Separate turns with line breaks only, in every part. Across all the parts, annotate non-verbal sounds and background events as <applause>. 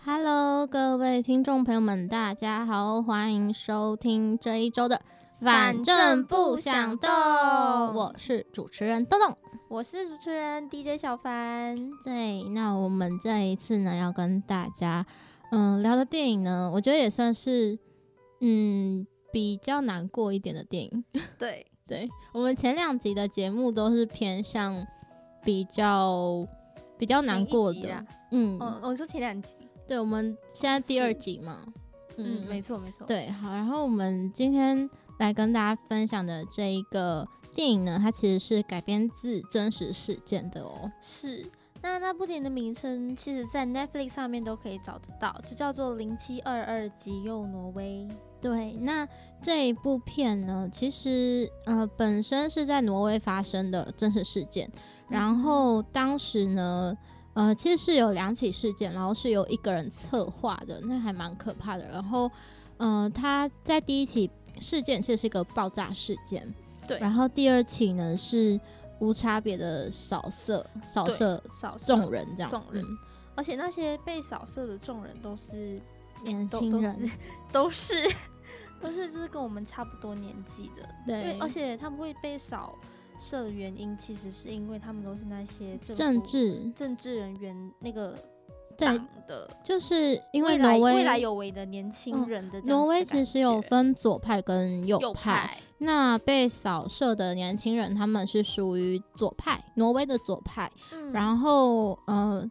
Hello，各位听众朋友们，大家好，欢迎收听这一周的。
反正不想动
我是主持人豆豆。
我是主持人 DJ 小凡。
对，那我们这一次呢，要跟大家嗯聊的电影呢，我觉得也算是嗯比较难过一点的电影。
对，
对我们前两集的节目都是偏向比较比较难过
前一集
的
啦，
嗯，
哦，我说前两集，
对，我们现在第
是
二集嘛，
嗯，没错没错，，
对，好，然后我们今天来跟大家分享的这一个电影呢，它其实是改编自真实事件的哦。
是。那那部电影的名称，其实在 Netflix 上面都可以找得到，就叫做《零七二二极右挪威》。
对，那这一部片呢，其实呃本身是在挪威发生的真实事件，然后当时呢。呃，其实是有两起事件，然后是由一个人策划的，那还蛮可怕的。然后，呃，他在第一起事件其实是一个爆炸事件，
对，
然后第二起呢是无差别的扫射，扫
对
射
扫射
众，人这样，
众人而且那些被扫射的众人都是
嗯、年
都
轻
都
人
是 <laughs> 都是都是就是跟我们差不多年纪的，因为
对，
而且他们会被扫射的原因，其实是因为他们都是那些政
政
府
治
政治人员那个
对，
党的
就是因为
未来
挪
未
威，嗯
来有为的年轻人的这样
挪
子
威
的
其
感
实有
觉
分左派跟右
右派，
那被扫射的年轻人他们是属于左派，挪威的左派，
嗯
然后呃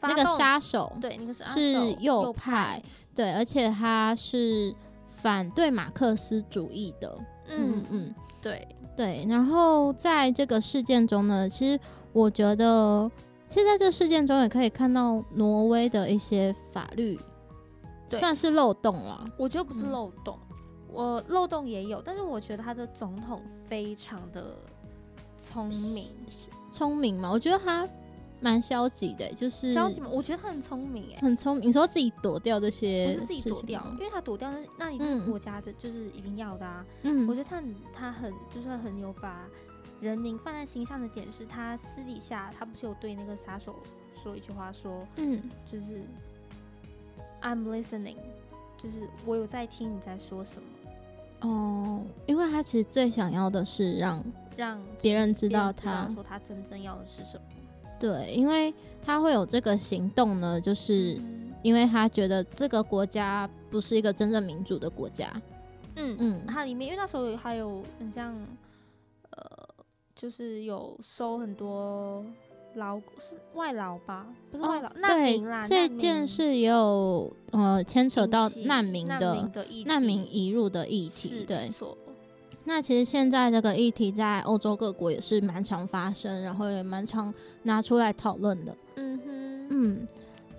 发
那个
动
杀手
对那个杀
是
手
右
右
派，对，而且他是反对马克思主义的，嗯
嗯
嗯。
对
对，然后在这个事件中呢，其实我觉得，其实在这事件中也可以看到挪威的一些法律
对
算是漏洞了。
我觉得不是
嗯
漏洞，我漏洞也有，但是我觉得他的总统非常的聪明，
聪明嘛，我觉得他蛮消极的，就是
消息嘛，我觉得他很聪明哎、欸
很聪明。你说自己躲掉这些
不
事情，
是自己躲掉，因为他躲掉，那那你
嗯
是国家的，就是一定要的啊。
嗯，
我
就
觉得他很，他很就是很有把人民放在心上的点是，他私底下他不是有对那个杀手说一句话说，
嗯，
就是 I'm listening，就是我有在听你在说什么，
哦，因为他其实最想要的是让
让
别人知
别
道
人
他，
说他真正要的是什么。
对，因为他会有这个行动呢，就是。
嗯
因为他觉得这个国家不是一个真正民主的国家。
嗯
嗯
它里面因为那时候有还有很像，呃，就是有收很多劳是外劳吧，不是外劳、哦难
哦对
民啦，，
这
难
件
民
事也有呃牵扯
引
到
起
难民
难
的
民的议
难民
题
移入的议
是
题。
没
对，
错，
那其实现在这个议题在欧洲各国也是蛮常发生，然后也蛮常拿出来讨论的。
嗯哼，
嗯，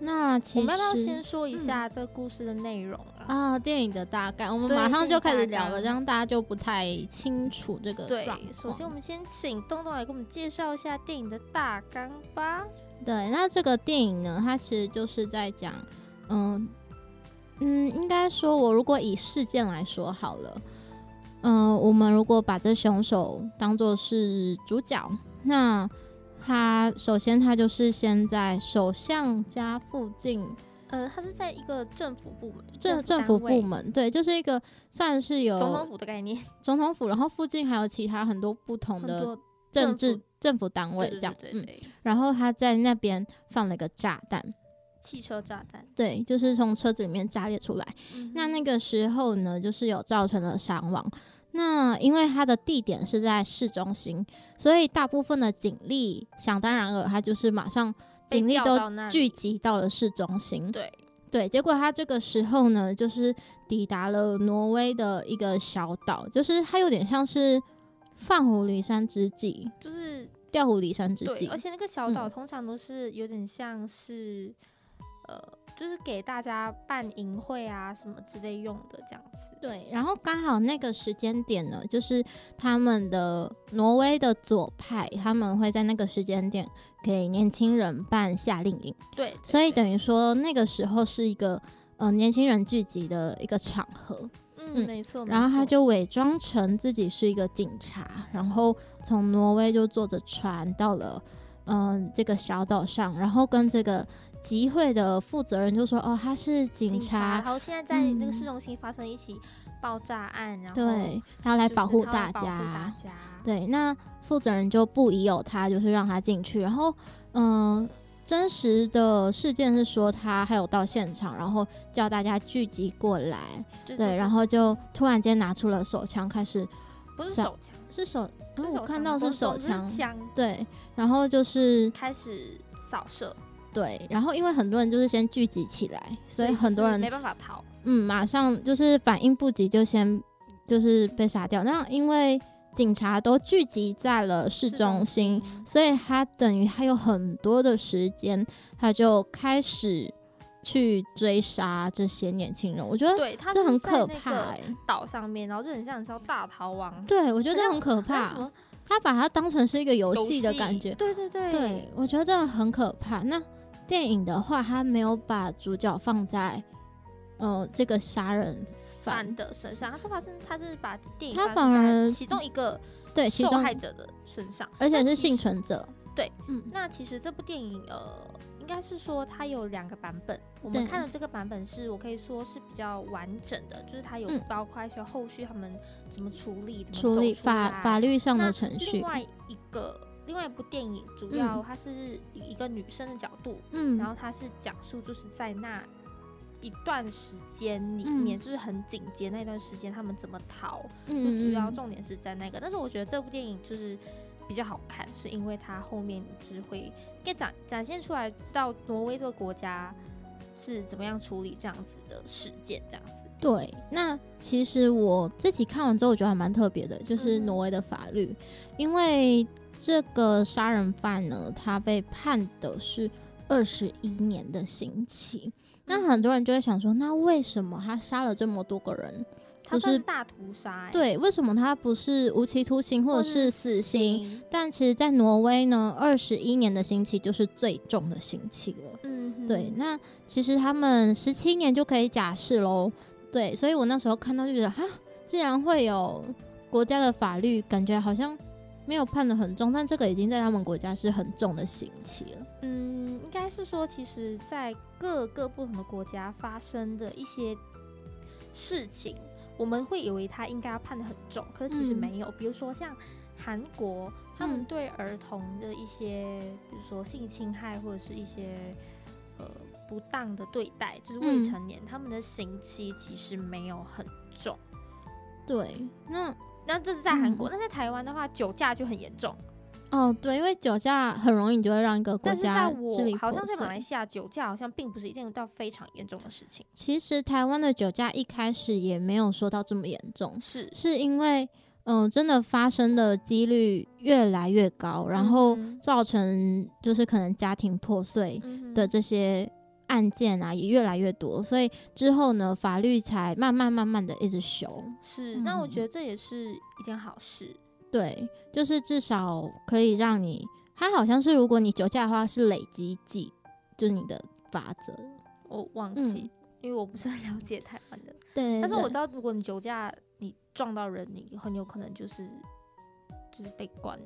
那其实
我们要不要先说一
嗯
下这故事的内容啊？
啊，电影的大概，我们
对
马上
电
就
影
开始
大
聊了，
纲
这样大家就不太清楚这个呃
对
状，
首先我
况
们先请东东来给我们介绍一下电影的大纲吧。
对，那这个电影呢，它其实就是在讲，嗯嗯，应该说，我如果以事件来说好了，嗯、我们如果把这凶手当做是主角，那他首先他就是先在首相家附近
呃，它是在一个政府部门，
政
政
政府
单位
部门，对，就是一个算是有
总统府的概念，
总统府，然后附近还有其他很多不同
很
的
多
政
政
治
府
政府单位这
对对
样，
对
嗯，
对，
然后他在那边放了一个炸弹。
汽车炸弹。嗯
对，就是从车子里面炸裂出来。那那
个
个时候呢，就是有造成了伤亡。那因为它的地点是在市中心，所以大部分的警力想当然尔，它就是马上警力都聚集到了市中心。
对
对，结果它这个时候呢，就是抵达了挪威的一个小岛，就是它有点像是放虎离山之计，
就是
调虎离山之
对，
计
而。且那个小岛
嗯
通常都是有点像是、呃，就是给大家办营会啊什么之类用的这样子。
对，然后刚好那个时间点呢，就是他们的挪威的左派，他们会在那个时间点给年轻人办夏令营，
对，对
所以
对
等于说那个时候是一个呃年轻人聚集的一个场合，嗯
嗯，没错。
然后
没
他
错
就伪装成自己是一个警察，然后从挪威就坐着船到了嗯、这个小岛上，然后跟这个集会的负责人就说：“哦，他是警
警
察，
然后现在在那个
嗯
市中心发生一起爆炸案，然后
对，他来
就是
保护
他
大
会保护
家
大。家
对，那负责人就不疑有他，就是让他进去。然后，嗯、真实的事件是说他还有到现场，然后叫大家聚集过来。
对
对，然
后
后就突然间拿出了手枪，开始
不是
上
手枪，
是手，
不
嗯
是手
我看
枪
到
总
是手
总之
枪
是，枪
对，然后就是
开始扫射，
对，然后因为很多人就是先聚集起来，所以
就
很多
是
人
没办法逃，
嗯，马上就是反应不及，就先就是被杀掉。那因为警察都聚集在了市中心，所以他等于还有很多的时间，他就开始去追杀这些年轻人。我觉得
对，他
这
是
很
在
可
那
怕、
个
欸。
岛上面，然后就很像你知道大逃亡，
对，我觉得这
好像
很可
还有
怕
什。么
他把它当成是一个游
游
戏
戏
的感觉。
对对对
对，我觉得真的很可怕。那电影的话，他没有把主角放在呃这个杀人犯
犯的身上，他是发生，他是把电影
他
发生
反
在
而
其中一个
对其
受
中
害者的身上，
而且
那
是
其
幸
实。
存者。
对，
嗯，
那其实这部电影，呃，应该是说它有两个版本。我们
对
看的这个版本是我可以说是比较完整的，就是它有
嗯
包括一些后续他们怎么处理、怎么
处
走
理
出
法
来
法律上
那
的程
另
序。
外一个另外一部电影，主
嗯
要它是以一个女生的角度，
嗯
然后它是讲述就是在那一段时间里面，
嗯
就是很紧接那段时间他们怎么逃，就
嗯
主要
嗯
重点是在那个。但是我觉得这部电影就是比较好看，是因为它后面就是会给展展现出来，知道挪威这个国家是怎么样处理这样子的事件，这样子。
对。那其实我自己看完之后，我觉得还蛮特别的，就是
嗯哼
挪威的法律，因为这个杀人犯呢，他被判的是二十一年的刑期。那
嗯
很多人就会想说，那为什么他杀了这么多个人？
它
就
算
是
是大屠杀、欸，，
对，为什么他不是无期徒刑或
或
者是
是
死刑？，但其实，在挪威呢，二十一年的刑期就是最重的刑期了。
嗯哼，
对，那其实他们十七年就可以假释喽。对，所以我那时候看到就觉得，哈，竟然会有国家的法律，感觉好像没有判的很重，但这个已经在他们国家是很重的刑期了。
嗯，应该是说，其实，在各个不同的国家发生的一些事情，我们会以为他应该要判的很重，可是其实
嗯
没有。比如说像韩国，他
嗯
们对儿童的一些，比如说性侵害或者是一些呃不当的对待，就是未
嗯
成年，他们的刑期其实没有很重。
对，那
那这是在
嗯
韩国，那在台湾的话，酒驾就很严重。
哦对，因为酒驾很容易你就会让一个国
但是在
家支离
我好
破
像在马
碎
来西亚，酒驾好像并不是一件到非常严重的事情。
其实台湾的酒驾一开始也没有说到这么严重，
是，
是因为嗯、呃真的发生的几率越来越高，然后
嗯哼嗯
造成就是可能家庭破碎的
的
这些案件啊也越来越多，所以之后呢，法律才慢慢慢慢的一直修。
是，那我
嗯
觉得这也是一件好事。
对，就是至少可以让你，它好像是如果你酒驾的话是累积计，就是你的法则。
我忘
嗯
记，因为我不是很了解台湾的，
对，
但是我
对
知道，如果你酒驾，你撞到人，你很有可能就是就是被关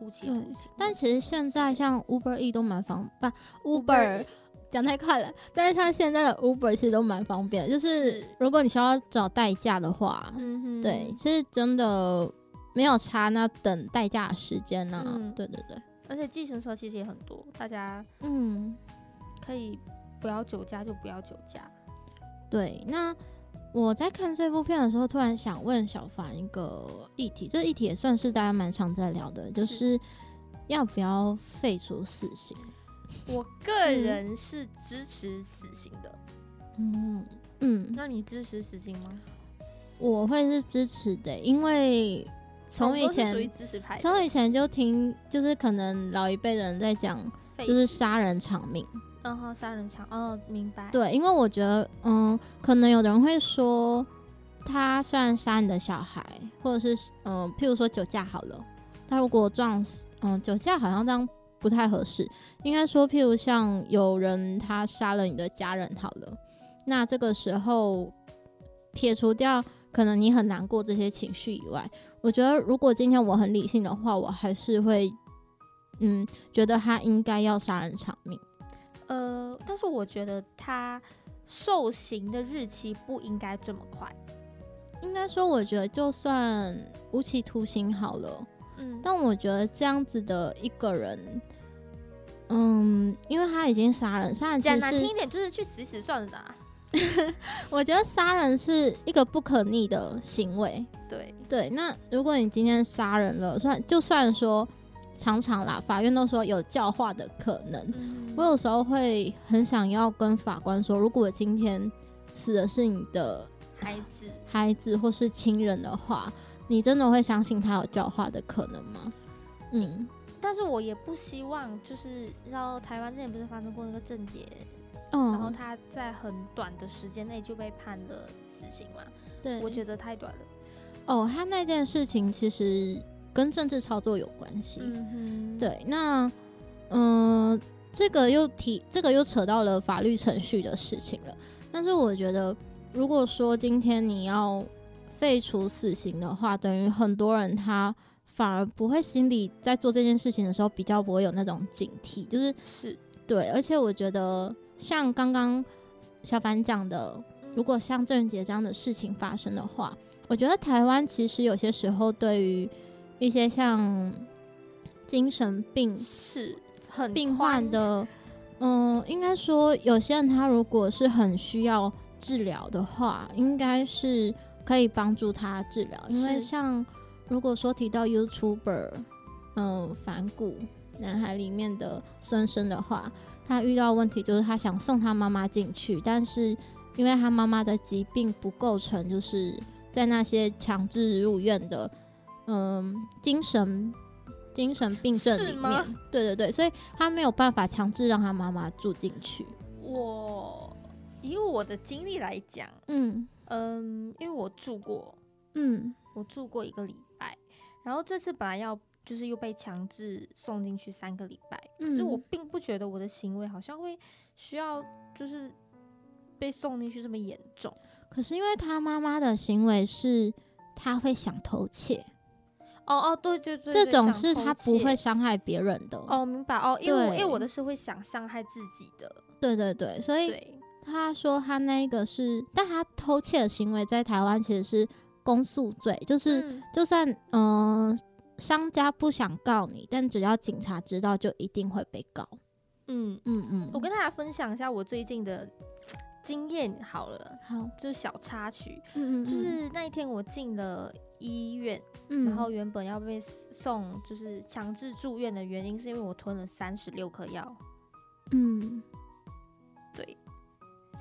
无期徒
对
刑。
但其实现在像 Uber E 都蛮方，不
Uber
Uber 讲太快了，但是它现在的 Uber 其实都蛮方便的，就是
是
如果你需要找代驾的话，
嗯哼，
对，其实真的没有差那等代驾的时间呢、
嗯
对对对，
而且计程车其实也很多，大家
嗯，
可以不要酒驾就不要酒驾。
对。那我在看这部片的时候，突然想问小凡一个议题，这议题也算是大家蛮常在聊的，就是是要不要废除死刑？
我个
嗯
人是支持死刑的，
嗯嗯，
那你支持死刑吗？
我会是支持的，因为从以
我哦是属于
前
支持派的，
从以前就听，就是可能老一辈的人在讲，
废
就是
死，
杀人偿命。
然后杀人偿，哦，明白。
对，因为我觉得，嗯，可能有的人会说，他虽然杀你的小孩，或者是嗯，譬如说酒驾好了，他如果撞死，嗯，酒驾好像这样不太合适，应该说，譬如像有人他杀了你的家人好了，那这个时候撇除掉可能你很难过这些情绪以外，我觉得如果今天我很理性的话，我还是会，嗯，觉得他应该要杀人偿命。
呃，但是我觉得他受刑的日期不应该这么快。
应该说，我觉得就算无期徒刑好了，
嗯，
但我觉得这样子的一个人，嗯，因为他已经杀人，杀人其
讲
实
难听一
是
点，就是去死死算了啦。
我觉得杀人是一个不可逆的行为。
对，
对，那如果你今天杀人了，算就算说常常啦，法院都说有教化的可能。
嗯
我有时候会很想要跟法官说，如果我今天死的是你的
孩子，
孩子或是亲人的话，你真的会相信他有教化的可能吗？嗯，
但是我也不希望，就是然后台湾之前不是发生过那个郑杰，然后
哦，
他在很短的时间内就被判了死刑嘛？
嗯对，
我觉得太短了。
哦，他那件事情其实跟政治操作有关系。
嗯哼，
对，那嗯、呃这个又提，这个又扯到了法律程序的事情了。但是我觉得，如果说今天你要废除死刑的话，等于很多人他反而不会心里在做这件事情的时候比较不会有那种警惕，就是
是。
对。而且我觉得，像刚刚小凡讲的，
嗯
如果像郑杰这样的事情发生的话，我觉得台湾其实有些时候对于一些像精神病
是很
病
宽
患，的，嗯，应该说有些人他如果是很需要治疗的话，应该是可以帮助他治疗，因为
是
像如果说提到 YouTuber，嗯，反骨男孩里面的孙生的话，他遇到问题就是他想送他妈妈进去，但是因为他妈妈的疾病不构成就是在那些强制入院的，嗯，精神精神病症
是
里
吗
面，对对对，所以他没有办法强制让他妈妈住进去。
我以我的经历来讲，
嗯
嗯，因为我住过，
嗯
我住过一个礼拜，然后这次本来要就是又被强制送进去三个礼拜，可是我
嗯
并不觉得我的行为好像会需要就是被送进去这么严重
可是因为他妈妈的行为是，他会想偷窃，
哦哦，对对对，
这
对
种
想
是
偷
他不
窃
会伤害别人的。
哦，明白哦，因为我因为
对
我的是会想伤害自己的，
对对对，所以
对，
他说他那个是，但他偷窃的行为在台湾其实是公诉罪，就是、
嗯
就算嗯、呃商家不想告你，但只要警察知道，就一定会被告。
嗯，
嗯嗯，
我跟大家分享一下我最近的经验好了，
好，
就是小插曲，
嗯嗯，
就是那一天我进了医院，
嗯，
然后原本要被送就是强制住院的原因是因为我吞了三十六颗药，
嗯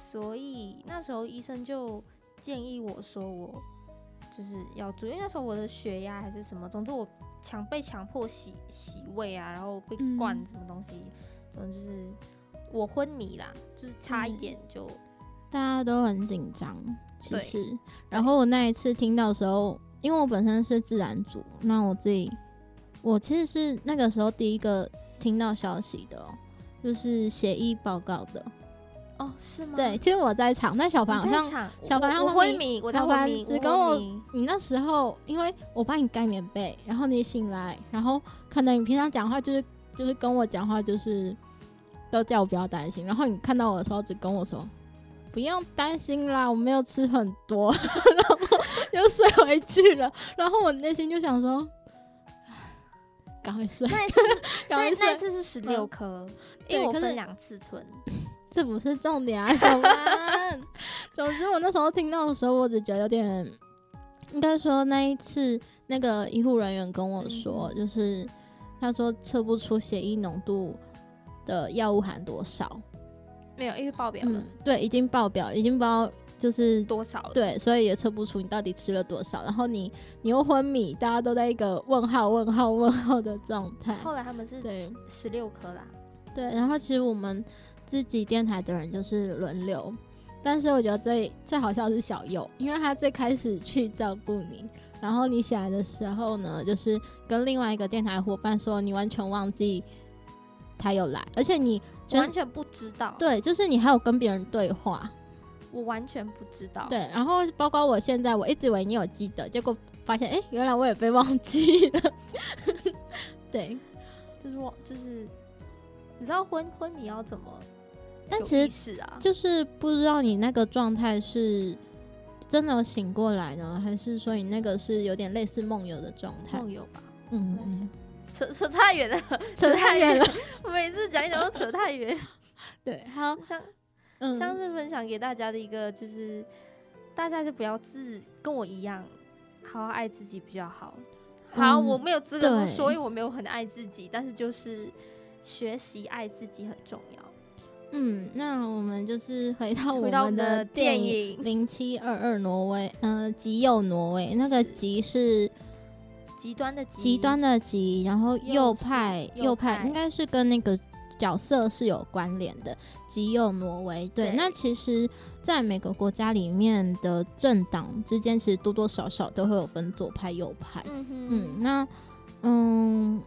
所以那时候医生就建议我说我就是要住院，因为那时候我的血压还是什么，总之我强被强迫洗洗胃啊，然后被
嗯
灌什么东西，总之就是我昏迷啦，就是差
嗯
一点就。
大家都很紧张，其
对
实。然后我那一次听到的时候，因为我本身是自然组，那我自己，我其实是那个时候第一个听到消息的哦、就是协议报告的。
哦，是吗？
对，，其实我在场，但小凡好像小凡
我
好像
昏
没
迷，我
小
在
凡
昏迷，
只
我
跟
昏
我 <laughs>
迷
你那时候，因为我帮你盖棉被，然后你醒来，然后可能你平常讲话就是就是跟我讲话就是都叫我不要担心，然后你看到我的时候只跟我说不用担心啦，我没有吃很多， <laughs> 然后又睡回去了，然后我内心就想说，唉赶快睡，
那一次
<laughs>
是
赶
那
快
那
睡
一，次是十六颗，因
对
为我
可是
分两次吞。
这不是重点啊，小曼。总之，我那时候听到的时候，我只觉得有点，应该说那一次那个医护人员跟我说，
嗯
就是他说测不出血液浓度的药物含多少，
没有，因为爆表了
嗯，对，已经爆表，已经不知道就是。
多少了？
对，所以也测不出你到底吃了多少，然后你你又昏迷，大家都在一个问号、问号、问号的状态。
后来他们是
对，
十六颗啦，
对，然后其实我们自己电台的人就是轮流，但是我觉得最最好笑的是小右，因为他最开始去照顾你，然后你起来的时候呢，就是跟另外一个电台伙伴说你完全忘记他有来，而且你
我
全
完全不知道，
对，就是你还有跟别人对话，
我完全不知道。
对，然后包括我现在，我一直以为你有记得，结果发现哎、诶原来我也被忘记了， <laughs> 对，
就是我就是，你知道昏昏迷要怎么
但
有
其
意
实
识啊，
就是不知道你那个状态是真的有醒过来呢，还是说你那个是有点类似梦游的状态？
梦游吧。
嗯
在想
嗯，
扯扯太远了，
<laughs> 扯太远了。
我 <laughs> 每次讲一讲都扯太远。
对，好，
像
嗯，
像是分享给大家的一个就是，大家就不要自跟我一样，好好爱自己比较好。好，
嗯
我没有资格
对
说，因为我没有很爱自己，但是就是学习爱自己很重要。
嗯，那我们就是回到
回到我
们
们的
电
电影
零七二二挪威，呃，极右挪威，那个
是
极是
极端的极
极端的极，然后
右
右
是
派
右
右派
派
应该是跟那个角色是有关联的，极右挪威。对，
对
那其实在每个国家里面的政党之间，其实多多少少都会有分左派右派。
嗯哼，
嗯，那嗯，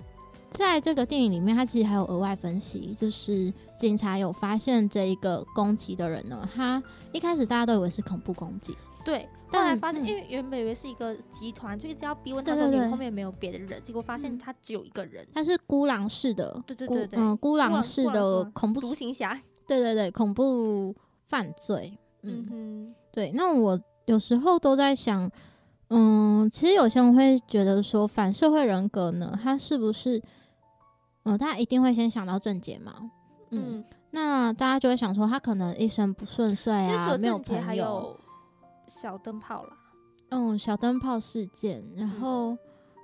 在这个电影里面，它其实还有额外分析，就是警察有发现这一个攻击的人呢，他一开始大家都以为是恐怖攻击，
对。后
但
来发现，
嗯
因为原本以为是一个集团，就一直要逼问
对
他说
对
你
对
后面有没有别的人，结果发现
嗯
他只有一个人，
他是孤狼式的，
对对
孤
对对
嗯，孤
孤
狼
狼
式
孤狼嗯
的
什么
恐怖，
独行侠。
对对对，恐怖犯罪，嗯
嗯哼。
对，那我有时候都在想，嗯，其实有些人会觉得说反社会人格呢，他是不是，嗯，大家一定会先想到症结嘛，嗯，
嗯，
那大家就会想说他可能一生不顺遂
其实除
啊，
了
没
郑杰还
朋友，
有小灯泡啦，
嗯，小灯泡事件，
嗯
然后、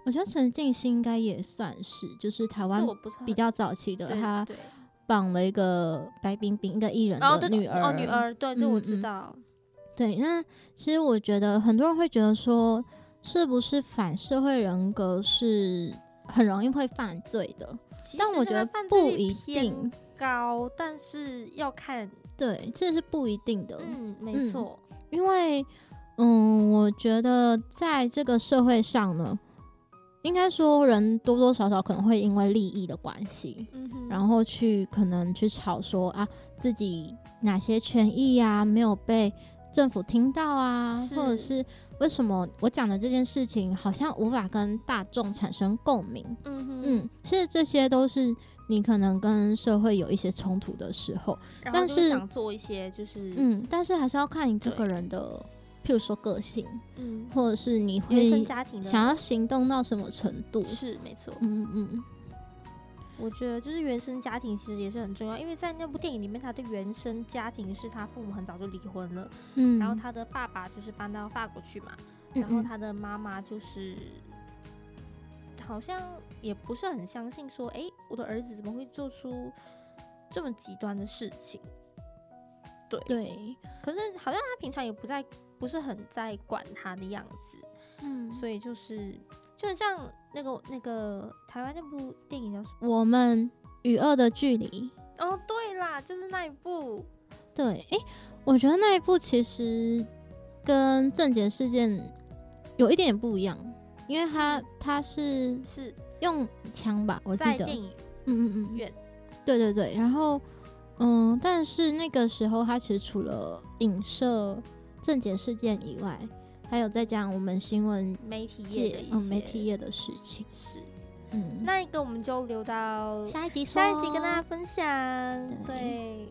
我觉得陈静心应该也算是，就是台湾
这我不是很
比较早期的，
对
他
对
绑了一个白冰冰一个艺人
哦
的
对
女儿，
哦女儿对，这
嗯
我
嗯
知道，
对，那其实我觉得很多人会觉得说，是不是反社会人格是很容易会犯罪的？
其
但
实
我
他
觉得
们犯
不
罪率
一
偏
定，
高，但是要看，
对，这是不一定的，
嗯，没
嗯
错，
因为，嗯，我觉得在这个社会上呢，应该说人多多少少可能会因为利益的关系，
嗯哼，
然后去可能去吵说啊，自己哪些权益呀、没有被政府听到啊，
是
或者是为什么我讲的这件事情好像无法跟大众产生共鸣？
嗯哼，
嗯，其实这些都是你可能跟社会有一些冲突的时候，
然
但
后就会
是
想做一些就是
嗯，但是还是要看你这
对
个人的，譬如说个性，
嗯
或者是你
原
会
生家庭的
想要行动到什么程度？
是没错，
嗯嗯
我觉得就是原生家庭其实也是很重要，因为在那部电影里面，他的原生家庭是他父母很早就离婚了，
嗯，
然后他的爸爸就是搬到法国去嘛，
嗯，
然后
嗯
他的妈妈就是好像也不是很相信说，诶，我的儿子怎么会做出这么极端的事情？对，
对，
可是好像他平常也不在，不是很在管他的样子，
嗯，
所以就是就很像那个那个台湾那部电影叫什么？
我们与恶的距离。
哦，对啦，就是那一部，
对，诶，我觉得那一部其实跟郑杰事件有一点点不一样，因为他他是
是
用枪吧，我记
在
得，
电
嗯
影
嗯嗯，
院
对对对，然后嗯，但是那个时候他其实除了影射郑杰事件以外，还有在讲我们新闻
媒体业的
界
一些、
嗯媒体业的事情，
是，
嗯，
那一个我们就留到
下一集
下一集跟大家
家
分享。
对
对，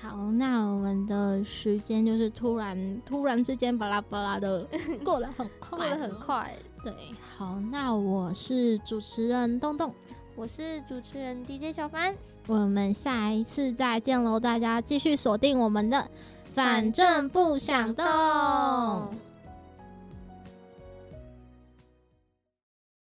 好，那我们的时间就是突然突然之间巴拉巴拉的过得很快，
过得很。快。
对，好，那我是主持人洞洞，
我是主持人 DJ 小凡，
我们下一次再见喽！大家继续锁定我们的，反
反
正不想动。
动。